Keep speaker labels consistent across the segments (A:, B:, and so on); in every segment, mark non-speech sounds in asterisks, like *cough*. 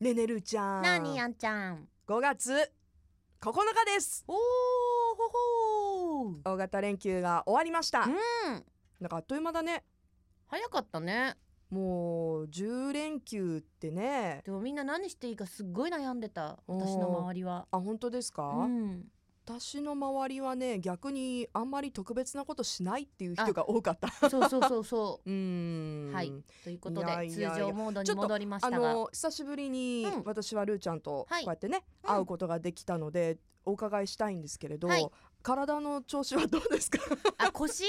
A: ねえねるちゃん。
B: なにあんちゃん。
A: 5月9日です。
B: おーほほー。
A: 大型連休が終わりました。
B: うん。
A: なんかあっという間だね。
B: 早かったね。
A: もう10連休ってね。
B: でもみんな何していいかすっごい悩んでた。私の周りは。
A: あ本当ですか、
B: うん。
A: 私の周りはね逆にあんまり特別なことしないっていう人が多かった。 *laughs*
B: そうそうそうそう
A: ー
B: う。
A: ん
B: はい。
A: *laughs*
B: ということ
A: いやい
B: で
A: や
B: 通
A: いや
B: 常モードに戻りま
A: あ
B: したが。
A: の久しぶりに
B: うん
A: 私はルーちゃんとこ
B: はいう
A: やってね、
B: うん
A: 会うことができたのでお伺いしたいんですけれど、
B: はい
A: 体の調子はどう
B: *laughs*
A: ですか
B: あ腰？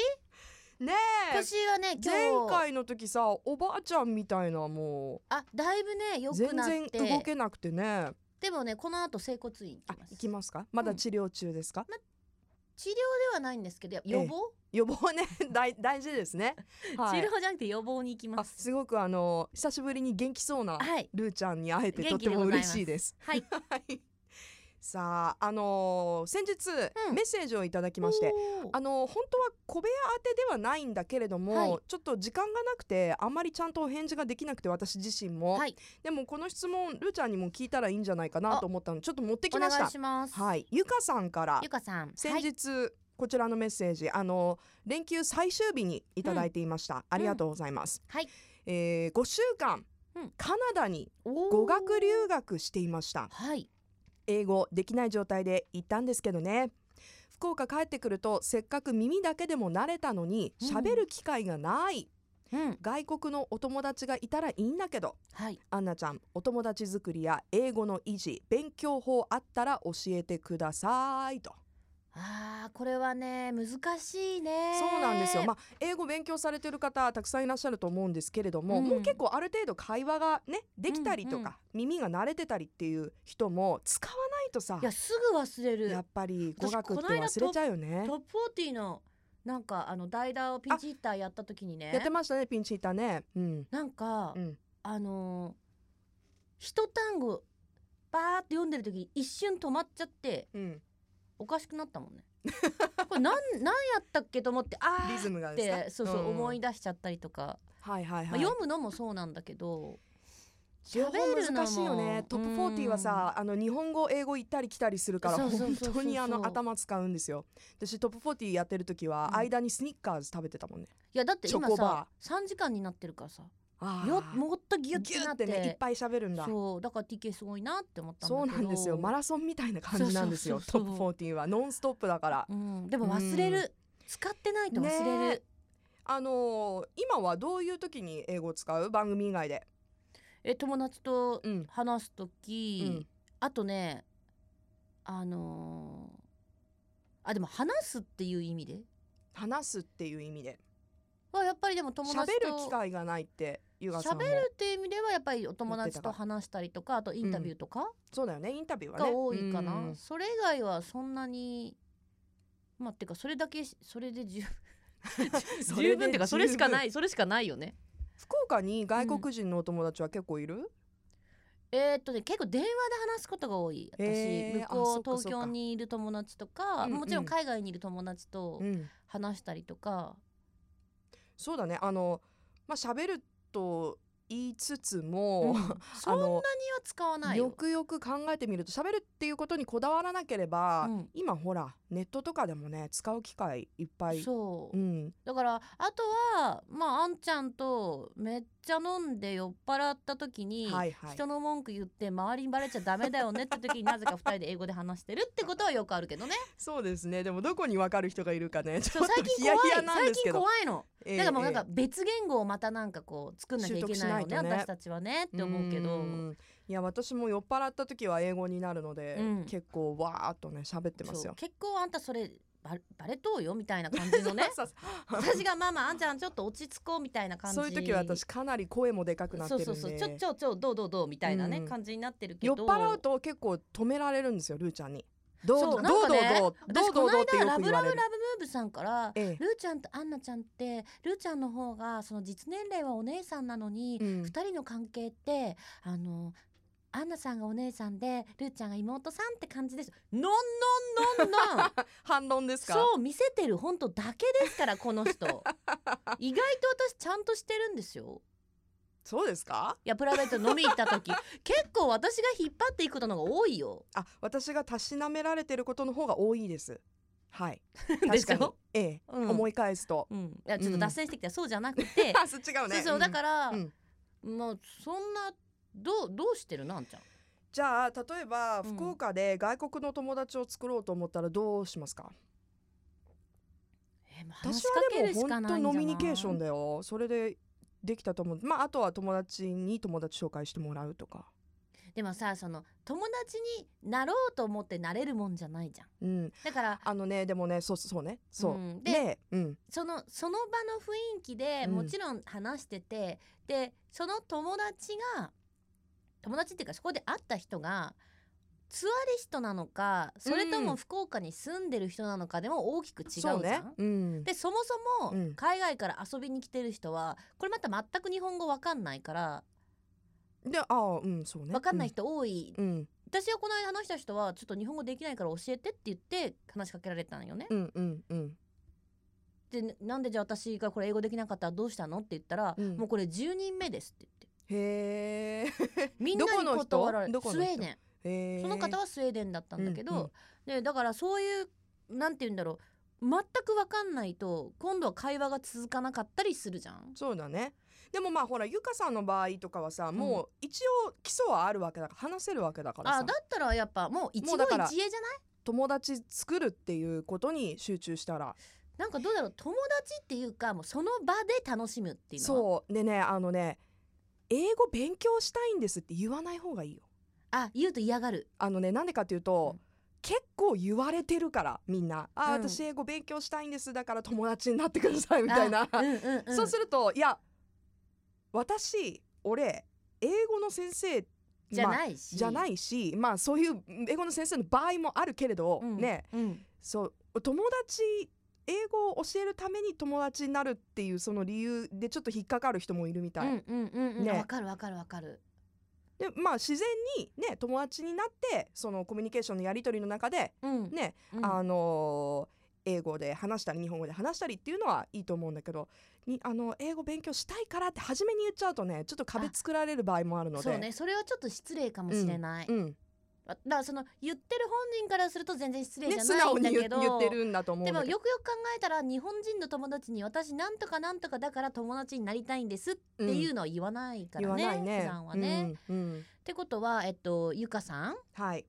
A: ねえ
B: 腰はね今
A: 前
B: 日。
A: 回の時さおばあちゃんみたいなも
B: あだいぶね良
A: う
B: く
A: 全
B: なっ
A: 然
B: て。
A: 動けなくてね
B: でもねこの後整骨院行
A: あ
B: きます。
A: 行きますかまだ治療中ですか、
B: 治療ではないんですけど予防？
A: 予防ね *laughs* 大大事ですね、はい、
B: 治療じゃなくて予防に行きま
A: あ
B: す。
A: すごくあの久しぶりに元気そうな
B: はい。
A: ルーちゃんに会えてと
B: 元
A: っ
B: 気
A: て
B: でご
A: も
B: ざいます
A: 嬉しいです *laughs*
B: はい。
A: はいさああのー先日、
B: うん
A: メッセージをいただきまして
B: おー
A: あの本当は小部屋宛てではないんだけれども、
B: はい
A: ちょっと時間がなくてあんまりちゃんとお返事ができなくて私自身も、
B: はい
A: でもこの質問ルーちゃんにも聞いたらいいんじゃないかなと思ったのでちょっと持ってき
B: お
A: ました
B: 願いします。
A: はいゆかさんから
B: ゆかさん。
A: 先
B: はい
A: 日、こちらのメッセージあの連休最終日にいただいていました、ありがとうございます、
B: はい
A: えー、5週間、
B: うん
A: カナダに
B: おー
A: 語学留学していました
B: はい。
A: 英語できない状態で行ったんですけどね福岡帰ってくるとせっかく耳だけでも慣れたのに
B: うん
A: 喋る機会がない、
B: うん。
A: 外国のお友達がいたらいいんだけど
B: はい。
A: アンナちゃんお友達作りや英語の維持勉強法あったら教えてくださいと、
B: ああこれはね難しいね。
A: そうなんですよまあ英語勉強されてる方たくさんいらっしゃると思うんですけれども、
B: うん
A: もう結構ある程度会話がねできたりとか、耳が慣れてたりっていう人も使わないとさ
B: いやすぐ忘れる。
A: やっぱり語
B: 私
A: 学って
B: この間
A: 忘れちゃうよね
B: トップ40のなんかあの代打をピンチヒッターやった時にね
A: やってましたねピンチいたねうん
B: なんか、
A: うん
B: あのー一単語バーって読んでる時に一瞬止まっちゃって
A: うん
B: おかしくなった
A: *laughs*
B: もんね。これなんなんやったっけと思ってあ
A: リズ
B: ー
A: ムが
B: っ
A: ですか
B: てそうそう、
A: ん
B: 思い出しちゃったりとか、
A: はいはい
B: ま
A: は
B: あ
A: い
B: 読むのもそうなんだけど
A: 両方
B: 喋るのも
A: 難しいよねトップ40はさあの日本語英語行ったり来たりするから
B: そうそうそう
A: 本
B: そう
A: 当にあの頭使うんですよ私トップ40やってる時
B: う
A: は
B: ん
A: 間にスニッカーズ食べてたもんね
B: いやだって今
A: チョコ
B: さ
A: バ
B: 3時間になってるからさ
A: あー
B: よもっとギ
A: ギ
B: ュ
A: ュ
B: ッて
A: ッ
B: なってて
A: ねいっぱい喋るんだ
B: そうだから TK すごいなって思ったんだ
A: そう
B: けど
A: なんですよマラソンみたいな感じなんですよ
B: そ
A: ト
B: う
A: ッ
B: そう
A: プ
B: そうそう
A: 40はノンストップだから
B: うん、でも忘れる、
A: うん
B: 使ってないと忘れ
A: ね
B: る
A: えあのー今はどういう時に英語を使う番組以外で
B: え友達と
A: うん
B: 話す時、
A: うん
B: あとねあのーあでも話すっていう意味で
A: 話すっていう意味で
B: はやっぱりでも友
A: 喋
B: 達と
A: る機会がないってゆがさんも
B: 喋るっていう意味ではやっぱりお友達
A: 言ってた
B: と
A: か
B: 話したりとかあとインタビューとか
A: そうだよねインタビューはね
B: が多いかな、 *laughs*
A: うん
B: それ以外はそんなにまあてかそれだけしそれで十分
A: *laughs* それで
B: 十分っていうかそれしかないいそれしかないよね
A: 福岡に外国人のお友達は結構いる、
B: えーっとね結構電話で話すことが多い私、
A: へー
B: 向こ
A: あそうっかそっか
B: 東京にいる友達とか、
A: うんうん
B: もちろん海外にいる友達と
A: うん
B: 話したりとか、
A: そうだねあのまあ喋ると言いつつ
B: う
A: *laughs*
B: ん
A: も、
B: そんなには使わ
A: あの
B: ないよ
A: よくよく考えてみると喋るっていうことにこだわらなければ、
B: うん
A: 今ほらネットとかでもね使う機会いっぱい
B: そ
A: う
B: う、
A: ん、
B: だからあとはまああんちゃんとめっちゃ飲んで酔っ払った時に、
A: はいはい
B: 人の文句言って周りにバレちゃダメだよねって時になぜか二人で英語で話してるってことはよくあるけどね
A: そうですねでもどこに分かる人がいるかね *laughs* ち
B: そ
A: ょ
B: う
A: っと
B: 最近
A: ヒ
B: 怖
A: ヤ
B: い
A: ヒヤなん
B: 最
A: ですけ
B: 近
A: ど
B: 怖いの
A: ええ
B: だからもうなん
A: え
B: か
A: え
B: 別言語をまたなんかこう作んなきゃい
A: 習
B: けないの
A: 得し
B: ね
A: ないとね
B: 私たちはねって思うけど
A: んいや私も酔っ払った時は英語になるので、
B: うん
A: 結構わーっとね喋ってます
B: そう
A: よ。
B: 結構あんたそれバレバレとうよみたいな感じ
A: *laughs*
B: のね
A: さ
B: 私がまあまああんちゃんちょっと落ち着こうみたいな感じ
A: そういう時は私かなり声もでかくなってるんで
B: そうそうそうちょちょちょどうどうどうみたいなね、
A: うん
B: 感じになってるけ
A: 酔
B: ど
A: っ払うと結構止められるんですよルーちゃんに。どう
B: そ
A: どう
B: うなん
A: ど
B: か
A: うど
B: ね
A: うどうどうどうって
B: 私こ
A: よ
B: の間ラ
A: く
B: ブ
A: 言
B: ラ
A: わ
B: ブ
A: れ
B: ラ
A: る
B: ブ。ムーブさんから、
A: ええ
B: ルーちゃんとアンナちゃんってルーちゃんの方がその実年齢はお姉さんなのに、
A: うん
B: 二人の関係ってあのアンナさんがお姉さんでルーちゃんが妹さんって感じですのんのんのんのん
A: 反論 *laughs* ですか。
B: そう見せてる
A: *laughs*
B: 本当だけですからこの人意外と私ちゃんとしてるんですよ
A: そうですか
B: いやプライベート飲み行った時結構私が引っ張っていくことの方が多いよ
A: あ私がたしなめられてることの方が多いですはい
B: *laughs* で
A: 確
B: し
A: かに
B: ょ、
A: ええ
B: うん
A: 思い返す
B: *laughs*
A: と
B: うん、いやちょっと脱線してきた、そうじゃなくて
A: あ *laughs* そっち違うね
B: そうそうだ
A: ら、
B: から、
A: うん
B: もうそんなどうどうしてるなんちゃん
A: じゃあ例えば
B: うん
A: 福岡で外国の友達を作ろうと思ったらどうしますか、
B: えもう話
A: 私
B: しか
A: は
B: け
A: で
B: る
A: も
B: しか
A: 本
B: な
A: 当
B: いんじゃな
A: ノ
B: い
A: ミニケーションだよそれでできたと思うまああとは友達に友達紹介してもらうとか
B: でもさその友達になろうと思ってなれるもんじゃないじゃん
A: うん
B: だ *laughs* から
A: あのねでもねそうそうねそう、
B: うんで
A: で、うん、
B: そのその場の雰囲気で
A: うん
B: もちろん話してて、でその友達が友達っていうかそこで会った人がツアリストなのかそれと
A: うん
B: も福岡に住んでる人なのかでも大きく違うじゃ
A: そ
B: ん。
A: うね、うん、
B: でそもそうも
A: ん
B: 海外から遊びに来てる人はこれまた全く日本語わかんないから
A: でああうんそうね
B: わかんない人多い、
A: うん
B: 私がこの間話した人はちょっと日本語できないから教えてって言って話しかけられたんよね。
A: うんうんうん
B: でななんでじゃあ私がこれ英語できなかったらどうしたのって言ったら、
A: うん
B: もうこれ10人目ですって言って。
A: へえ
B: *laughs* みんなに
A: どこの人
B: 断られ
A: どこの
B: スウ
A: 人
B: ェーデン
A: へえ
B: その方はスウェーデンだったんだけど、
A: うんうん
B: でだからそういうなんて言うんだろう全く分かんないと今度は会話が続かなかったりするじゃん。
A: そうだねでもまあほらゆかさんの場合とかはさ、もう一応基礎はあるわけだから話せるわけだから
B: あ
A: さ
B: だったらやっぱもう一期
A: も
B: 一
A: うだ
B: 会じゃ
A: から
B: ない
A: 友達作るっていうことに集中したら
B: なんかどうだろう友達っていうかもうその場で楽しむっていうのう
A: そうでねあのね英語勉強したいんですって言わない方がいいよ
B: あ言うと嫌がる
A: あのねなんでかっていうと、
B: うん
A: 結構言われてるからみんな「あー、
B: うん
A: 私英語勉強したいんですだから友達になってください」みたいな、
B: あうんうんうん、
A: そうするといや私俺英語の先生
B: じゃ
A: まあ
B: ないし、
A: じゃないしまあそういう英語の先生の場合もあるけれど、
B: うん
A: ね
B: うん
A: そう友達英語を教えるために友達になるっていうその理由でちょっと引っかかる人もいるみ
B: う
A: たい、
B: んうんうんうん
A: ね
B: わかるわかるわかる
A: でまあ自然にね友達になってそのコミュニケーションのやり取りの中で
B: うん
A: ね、
B: うん
A: あのー英語で話したり日本語で話したりっていうのはいいと思うんだけどにあの英語勉強したいからって初めに言っちゃうとねちょっと壁作られる場合もあるので
B: そうねそれはちょっと失礼かもしれない、
A: うん
B: だからその言ってる本人からすると全然失礼じゃ
A: ね、素
B: ない
A: 直
B: ん
A: に
B: だ
A: 言
B: け
A: う
B: ど、
A: 言ってるんだと思うん
B: でも
A: だけど
B: よくよく考えたら日本人の友達に私なんとかなんとかだから友達になりたいんですっていうのは言わないからね、
A: 言わないね
B: 普段はね、っ
A: うんうん
B: てことはえっとゆかさん
A: はい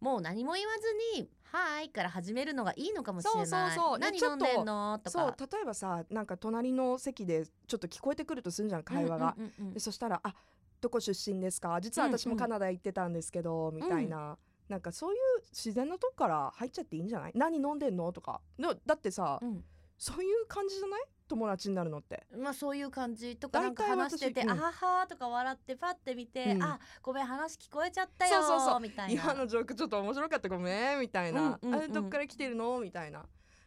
B: もう何も言わずに「はーい」から始めるのがいいのかもしれない
A: そうそうそうね
B: 何
A: ちょ
B: 飲
A: っ
B: ん
A: と
B: でんのと
A: そう
B: か
A: 例えばさなんか隣の席でちょっと聞こえてくるとするじゃん会話が、
B: うんうんうんうん
A: でそしたら「あどこ出身ですか実は私
B: うん
A: も
B: うん
A: カナダ行ってたんですけど」みたいな、なんかそういう自然なとこから入っちゃっていいんじゃない何飲んでんのとかのだってさ、
B: うん
A: そういう感じじゃない友達になるのって。
B: まあそういう感じとかなんか
A: 大体
B: 話してて「
A: 私うん
B: あはは」とか笑ってパッて見て
A: う
B: 「
A: ん
B: あごめん話聞こえちゃったよ」
A: そうそうそ
B: みたいな。
A: 今のジョークちょっと面白かったごめんみたいな、
B: うんうんうん
A: あれどっから来てるのみたいな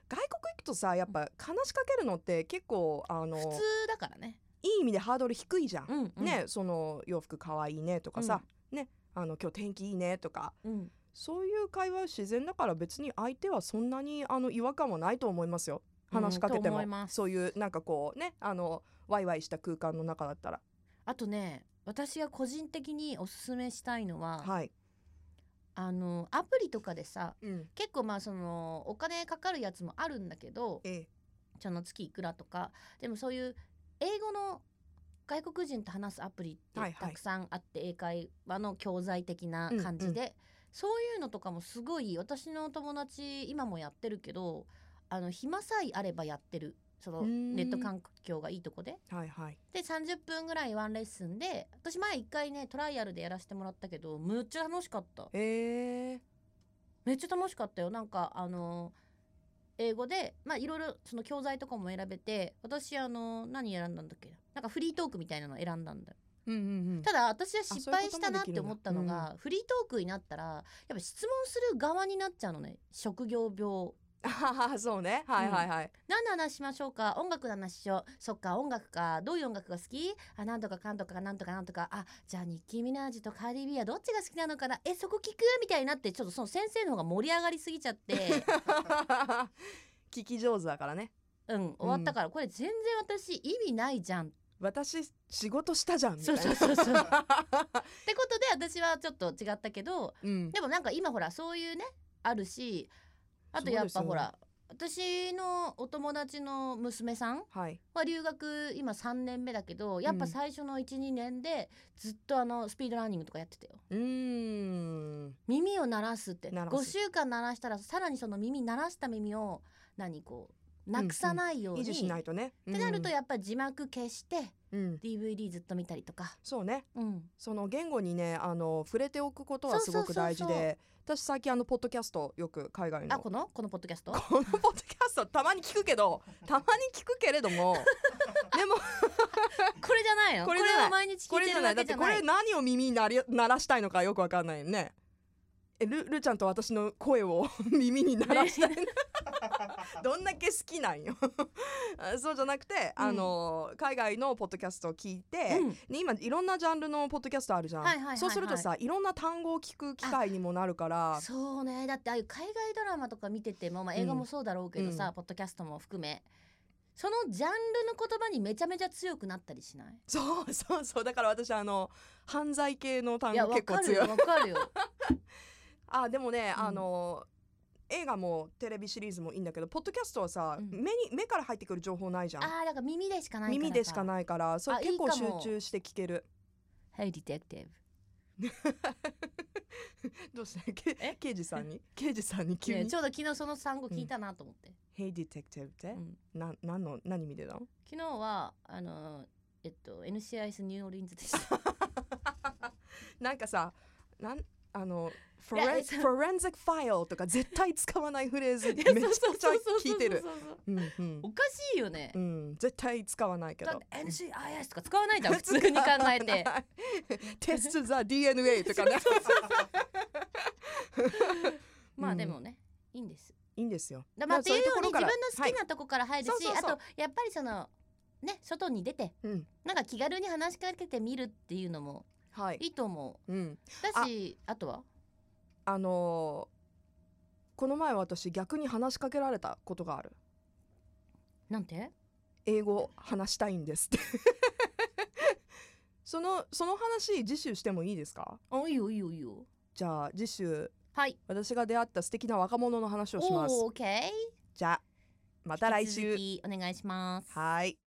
A: 外国行くとさやっぱ話しかけるのって結構あの
B: 普通だからね。
A: いい意味でハードル低いじゃん、
B: うんうん
A: ねその洋服かわいいねとかさ、ねあの今日天気いいねとか
B: うん
A: そういう会話は自然だから別に相手はそんなにあの違和感はないと思いますよ話しかけて
B: と
A: も、
B: 思います
A: そういうなんかこうねあのワイワイした空間の中だったら
B: あとね私が個人的におすすめしたいのは、
A: はい、
B: あのアプリとかでさ
A: うん
B: 結構まあそのお金かかるやつもあるんだけど
A: え
B: その月いくらとかでもそういう英語の外国人と話すアプリっ
A: はい
B: て
A: はい
B: たくさんあって、英会話の教材的な感じで、そういうのとかもすごい私の友達今もやってるけどあの暇さえあればやってるそうの
A: ーん
B: ネット環境がいいとこで。
A: えはいはい
B: で30分ぐらいワンレッスンで私前一回ねトライアルでやらせてもらったけどむっちゃ楽しかった
A: えー、
B: めっちゃ楽しかったよなんかあの英語でまあいろいろその教材とかも選べて私あの何選んだんだっけななんかフリートークみたいなの選んだんだよ
A: うんうんうん
B: ただ私は失
A: あそうい
B: 敗
A: うこ
B: し
A: とも
B: たなっ
A: できるんだ
B: て思ったのがフリートークになったらやっぱ質問する側になっちゃうのね職業病
A: *laughs* ああそうねはいはいはい、
B: 何の話しましょうか音楽の話しようそっか音楽かどういう音楽が好きあなんとかかんとかなんとかなんとかあじゃあニッキー・ミナージュとカーディビアどっちが好きなのかなえそこ聞くみたいになってちょっとその先生の方が盛り上がりすぎちゃって
A: *laughs* 聞き上手だからね
B: うん終わったからこれ全然私意味ないじゃんっ
A: 私仕事したじゃんみた
B: そ
A: いうな
B: そうそう *laughs* そうってことで私はちょっと違ったけど
A: *laughs* うん
B: でもなんか今ほらそういうねあるしあとやっぱほら、私のお友達の娘さん
A: はい
B: は留学今3年目だけどやっ
A: う
B: ぱ
A: ん
B: 最初の12年でずっとあのスピードランニングとかやってたよ
A: うーん
B: 耳を鳴らすって
A: 鳴ら
B: 5
A: す
B: 週間鳴らしたらさらにその耳鳴らした耳を何こうなくさないように、
A: 維持しないとね
B: ってなると
A: うん
B: やっぱり字幕消して
A: うん、
B: DVD ずっと見たりとか、
A: そうね
B: うん、
A: その言語にねあの触れておくことは
B: そ
A: す
B: うそう
A: ご
B: そうそ
A: く
B: う
A: 大事で私最近あのポッドキャストよく海外の
B: あこのこのポッドキャスト
A: この *laughs* ポッドキャストたまに聞くけ
B: *laughs*
A: どたまに聞くけれどもでも
B: これじゃないの
A: こ
B: これ
A: れじゃない
B: を毎日
A: こ
B: 聞い
A: れ
B: て
A: じゃ
B: る
A: な
B: わ
A: いだっ
B: けじ
A: て
B: ゃ
A: こ
B: ない
A: れ何を耳に鳴り鳴らしたいのかよくわかんないよねえルルちゃんと私の声を *laughs* 耳に鳴らしたいどんだけ好きなんよ *laughs* あそうじゃなくて、あの海外のポッドキャストを聞いて、
B: *laughs* うん
A: で今いろんなジャンルのポッドキャストあるじゃん、
B: はいはいはいはい
A: そうするとさいろんな単語を聞く機会にもなるから
B: そうねだってああいう海外ドラマとか見てても、まあ、映画もそうだろうけどさ、
A: うん
B: ポッドキャストも含めそのジャンルの言葉にめちゃめちゃ強くなったりしない
A: そうそうそうだから私あの犯罪系の単
B: いや
A: 語
B: わ
A: 結
B: か
A: 構
B: る
A: 強
B: よ
A: い
B: わかる *laughs* よ
A: あでもね、
B: うん
A: あの映画もテレビシリーズもいいんだけどポッドキャストはさ、
B: うん
A: 目に目から入ってくる情報ないじゃん
B: ああだから耳でしかないから
A: 耳でしか
B: い
A: ないからそれ
B: あ
A: 結構
B: いいかも
A: 集中して聞ける
B: Hey detective
A: どうしてけ
B: え
A: 刑事さんに刑事さんに
B: い
A: 急
B: や
A: に
B: ちょうど昨日その単語聞いたなと思って、
A: 「Hey detective」って
B: うん
A: な何の何見てたの
B: 昨日はあのーえっと NCIS ニューオーリンズで *laughs* した
A: なんかさなんあのフ
B: いや
A: ォレン
B: そう
A: フォレンゼックファイルとか絶対使わないフレーズめちゃ
B: *laughs*
A: くちゃ聞いてる
B: そうそうそうそう
A: うんうん
B: おかしいよね、
A: うん絶対使わないけ
B: だっ
A: ど
B: て NCIS とか使
A: *laughs*
B: わないじゃん普通に考えて
A: テストザ DNA と
B: *laughs*
A: かね
B: まあでもね、いいんです
A: いいんですよ
B: だまあ、っていうように自分の好き
A: な
B: なとこから入るし、
A: はいそうそうそう
B: あとやっぱりそのね外に出て
A: うん
B: なんか気軽に話しかけてみるっていうのも
A: はい
B: いいと思
A: うん
B: うだしあとは
A: あのーこの前私逆に話しかけられたことがある
B: なんて
A: 英語話したいんですって *laughs* そのその話次週してもいいですか
B: あいいよいいよいいよ
A: じゃあ次週
B: はい
A: 私が出会った素敵な若者の話をします
B: おー OK
A: じゃあまた来週
B: 引き続きお願いします
A: はい